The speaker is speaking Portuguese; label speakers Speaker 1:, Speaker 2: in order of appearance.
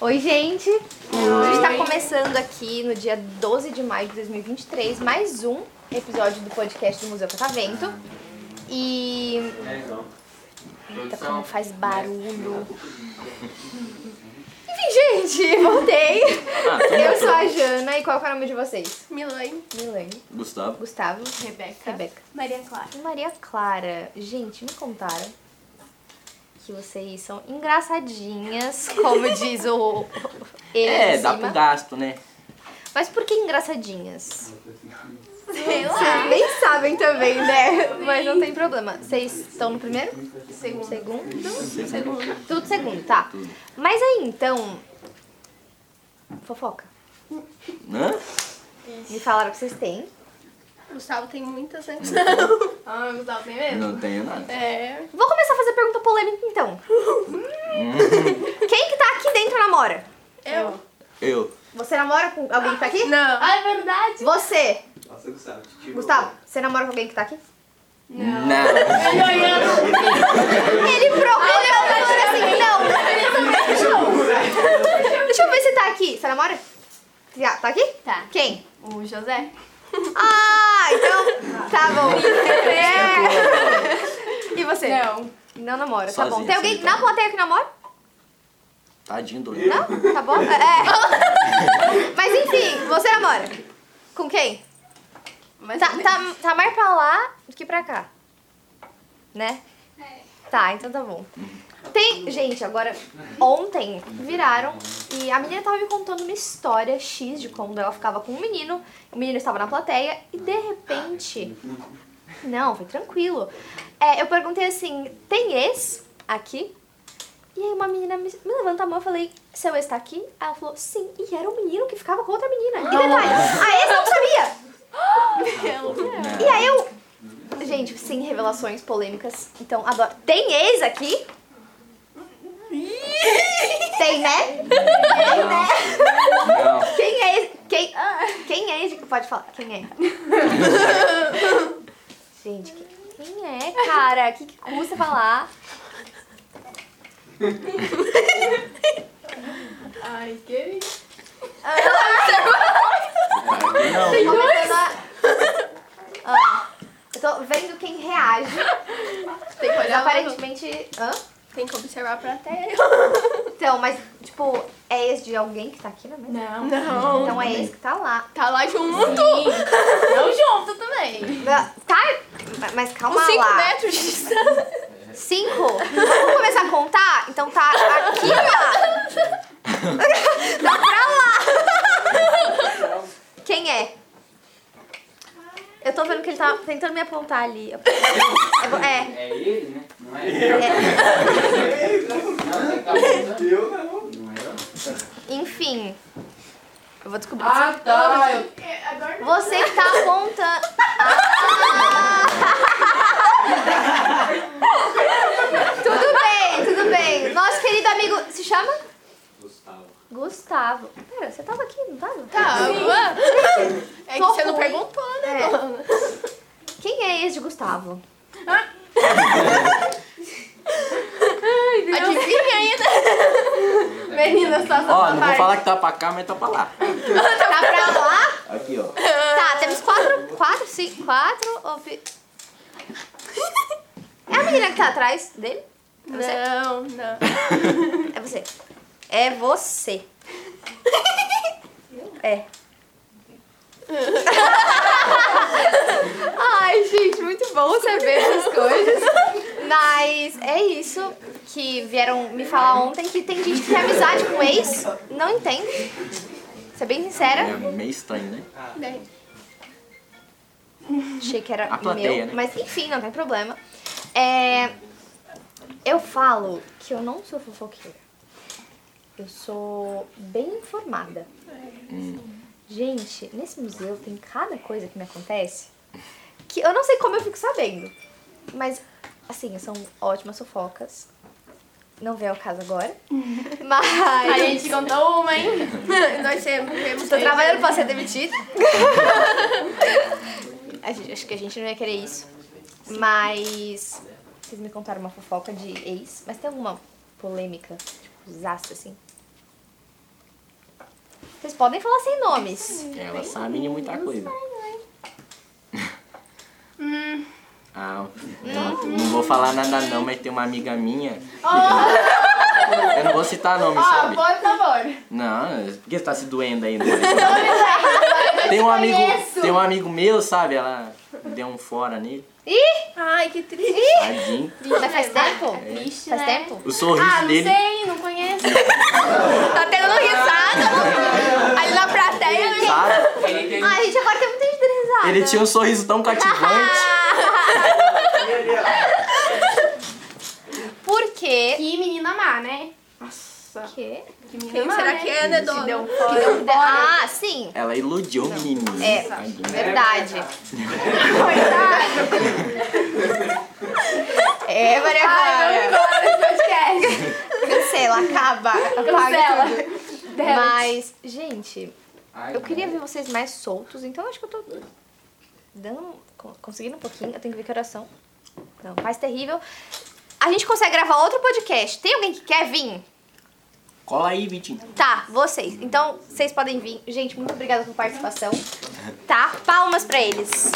Speaker 1: Oi, gente! A gente tá começando aqui no dia 12 de maio de 2023, mais um episódio do podcast do Museu Catavento. E.
Speaker 2: É, então.
Speaker 1: Eita, como faz barulho! Enfim, gente, voltei!
Speaker 2: Ah,
Speaker 1: Eu sou a Jana e qual que é o nome de vocês?
Speaker 3: Milan,
Speaker 1: Milene,
Speaker 2: Gustavo.
Speaker 1: Gustavo,
Speaker 3: Rebeca,
Speaker 1: Rebeca.
Speaker 3: Maria Clara.
Speaker 1: E Maria Clara, gente, me contaram que vocês são engraçadinhas, como diz o. ele
Speaker 2: É,
Speaker 1: de
Speaker 2: dá
Speaker 1: cima.
Speaker 2: pro gasto, né?
Speaker 1: Mas por que engraçadinhas?
Speaker 3: Sei
Speaker 1: Vocês nem sabem também, né? Mas não tem problema. Vocês estão no primeiro? Segundo.
Speaker 3: Segundo.
Speaker 1: Tudo segundo, tá. Mas aí então. Fofoca.
Speaker 2: Hã?
Speaker 1: Me falaram que vocês têm.
Speaker 3: Gustavo tem muitas, né? Não. Ah, o Gustavo tem mesmo?
Speaker 2: Não tenho nada.
Speaker 3: É.
Speaker 1: Vou começar a fazer pergunta polêmica então. Quem que tá aqui dentro namora?
Speaker 3: Eu?
Speaker 2: Eu.
Speaker 1: Você namora com alguém que tá aqui?
Speaker 3: Não. Ah, é verdade?
Speaker 1: Você,
Speaker 4: Nossa, Gustavo, te tirou.
Speaker 1: Gustavo, você namora com alguém que tá aqui?
Speaker 2: Não.
Speaker 3: Ele olhando.
Speaker 1: Ele procurou pra dizer assim, não. Deixa eu ver se tá aqui. Você namora? Já, tá aqui?
Speaker 3: Tá.
Speaker 1: Quem?
Speaker 3: O José.
Speaker 1: Ah, então tá bom. E você?
Speaker 3: Não.
Speaker 1: Não namora, tá
Speaker 2: Sozinho,
Speaker 1: bom. Tem alguém
Speaker 2: sim,
Speaker 1: na
Speaker 2: tá.
Speaker 1: plateia que namora?
Speaker 2: Tadinho do
Speaker 1: Não? Tá bom? É. Mas enfim, você namora? Com quem?
Speaker 3: Mas
Speaker 1: Tá, tá, tá mais pra lá do que pra cá. Né? Tá, então tá bom. Tem. Gente, agora. Ontem viraram e a menina tava me contando uma história X de quando ela ficava com um menino, o menino estava na plateia e de repente. Não, foi tranquilo. É, eu perguntei assim: tem ex aqui? E aí uma menina me, me levanta a mão e falei, seu ex tá aqui? Aí ela falou, sim. E era um menino que ficava com outra menina. E detalhe, a ex não sabia. E aí eu. Gente, sim, revelações polêmicas. Então, adoro. Tem ex aqui? Tem, né? Tem, né?
Speaker 2: Não.
Speaker 1: Quem é ex? Quem, quem é ex? Pode falar. Quem é? Gente, que- quem é, cara? O que, que custa falar?
Speaker 3: Ai, que...
Speaker 2: Não.
Speaker 1: Começando a... Ah, eu tô vendo quem reage.
Speaker 3: Tem que
Speaker 1: Mas
Speaker 3: olhar pra...
Speaker 1: aparentemente... Hã?
Speaker 3: Tem que observar pra terra.
Speaker 1: Então, mas, tipo, é ex de alguém que tá aqui na mesa?
Speaker 5: Não.
Speaker 3: Não.
Speaker 1: Então é ex que tá lá.
Speaker 3: Tá lá junto.
Speaker 5: Não junto também.
Speaker 1: Tá, mas- mas calma
Speaker 3: Uns 5
Speaker 1: lá.
Speaker 3: metros de distância.
Speaker 1: Cinco? Vamos começar a contar? Então tá aqui lá. Tá pra lá. Quem é? Eu tô vendo que ele tá tentando me apontar ali. Eu- eu- É,
Speaker 6: É ele, né? Não é ele.
Speaker 1: é.
Speaker 4: Eu não.
Speaker 6: Não é eu?
Speaker 1: Enfim. Eu vou descobrir.
Speaker 6: Ah, tá.
Speaker 3: Agora
Speaker 1: Você que tá apontando. Ah! tudo bem, tudo bem. Nosso querido amigo. Se chama?
Speaker 4: Gustavo.
Speaker 1: Gustavo. Pera, você tava aqui, não tava?
Speaker 3: Tá, ué. É que
Speaker 1: Tô
Speaker 3: você não
Speaker 1: ruim.
Speaker 3: perguntou, né,
Speaker 1: É.
Speaker 3: dona?
Speaker 1: Quem é esse de Gustavo?
Speaker 3: Adivinha ainda. Menina, só
Speaker 2: Ó, não vou falar que tá pra cá, mas tá pra lá.
Speaker 1: Tá pra lá?
Speaker 2: Aqui, ó.
Speaker 1: Tá, temos quatro, quatro, cinco, quatro. opi- É a menina que tá atrás dele?
Speaker 3: Não, não.
Speaker 1: É você. É você. É. Ai, gente, muito bom saber essas coisas. Mas é isso que vieram me falar ontem, que tem gente que tem amizade com ex, não entende. Ser bem
Speaker 2: É
Speaker 1: sincera,
Speaker 2: meio estranho, né?
Speaker 3: Bem,
Speaker 1: achei que era
Speaker 2: A plateia,
Speaker 1: meu,
Speaker 2: né?
Speaker 1: mas enfim, não tem problema. É, eu falo que eu não sou fofoqueira. Eu sou bem informada. Gente, nesse museu tem cada coisa que me acontece que eu não sei como eu fico sabendo. Mas, assim, são ótimas fofocas. Não vem ao caso agora.
Speaker 5: A
Speaker 1: Mas.
Speaker 5: gente contou uma, hein?
Speaker 3: Nós sempre temos.
Speaker 1: Tô trabalhando pra ser demitida. A gente- acho que a gente não ia querer isso. Mas. Vocês me contaram uma fofoca de ex, mas tem alguma polêmica? Tipo, desastre assim? Vocês podem falar sem nomes.
Speaker 2: Ela sabe de muita coisa. Ah, não, não vou falar nada não, mas tem uma amiga minha. Eu não vou citar nome,
Speaker 5: Ó,
Speaker 2: sabe?
Speaker 5: por favor.
Speaker 2: Não, por que você tá se doendo ainda?
Speaker 5: Eu
Speaker 2: Tem
Speaker 5: te
Speaker 2: um amigo,
Speaker 5: conheço.
Speaker 2: tem um amigo meu, sabe? Ela deu um fora nele.
Speaker 1: Ih!
Speaker 3: Ai, que triste.
Speaker 2: Tadinho.
Speaker 1: Mas faz tempo?
Speaker 5: Triste,
Speaker 1: Faz
Speaker 5: né?
Speaker 1: tempo?
Speaker 2: O sorriso
Speaker 5: Ah, não
Speaker 2: dele.
Speaker 5: sei, não conheço.
Speaker 1: Tá tendo risada ali na plateia. né?
Speaker 2: Sabe?
Speaker 1: Ai, gente, agora tem muita gente dando risada.
Speaker 2: Ele tinha um sorriso tão cativante.
Speaker 1: Por quê?
Speaker 5: Que menina má, né?
Speaker 3: Nossa.
Speaker 1: Quê?
Speaker 5: Que menina
Speaker 3: Quem
Speaker 5: má,
Speaker 3: será
Speaker 5: né?
Speaker 3: que é, né, dona?
Speaker 5: deu
Speaker 3: Que deu fora.
Speaker 1: Ah, sim.
Speaker 2: Ela iludiu o menino.
Speaker 1: É,
Speaker 2: Tadinho.
Speaker 1: verdade. É, Maria Clara.
Speaker 5: Podcast.
Speaker 1: Cancela, acaba.
Speaker 5: Cancela.
Speaker 1: Apaga tudo.
Speaker 5: Delete.
Speaker 1: Mas, gente, eu queria
Speaker 2: né?
Speaker 1: ver vocês mais soltos, então acho que eu tô dando, con- conseguindo um pouquinho. Eu tenho que ver que oração. Não, mais terrível. A gente consegue gravar outro podcast. Tem alguém que quer vir?
Speaker 2: Cola aí, Vitinho.
Speaker 1: Tá, vocês. Então, vocês podem vir. Gente, muito obrigada pela participação. Tá? Palmas pra eles.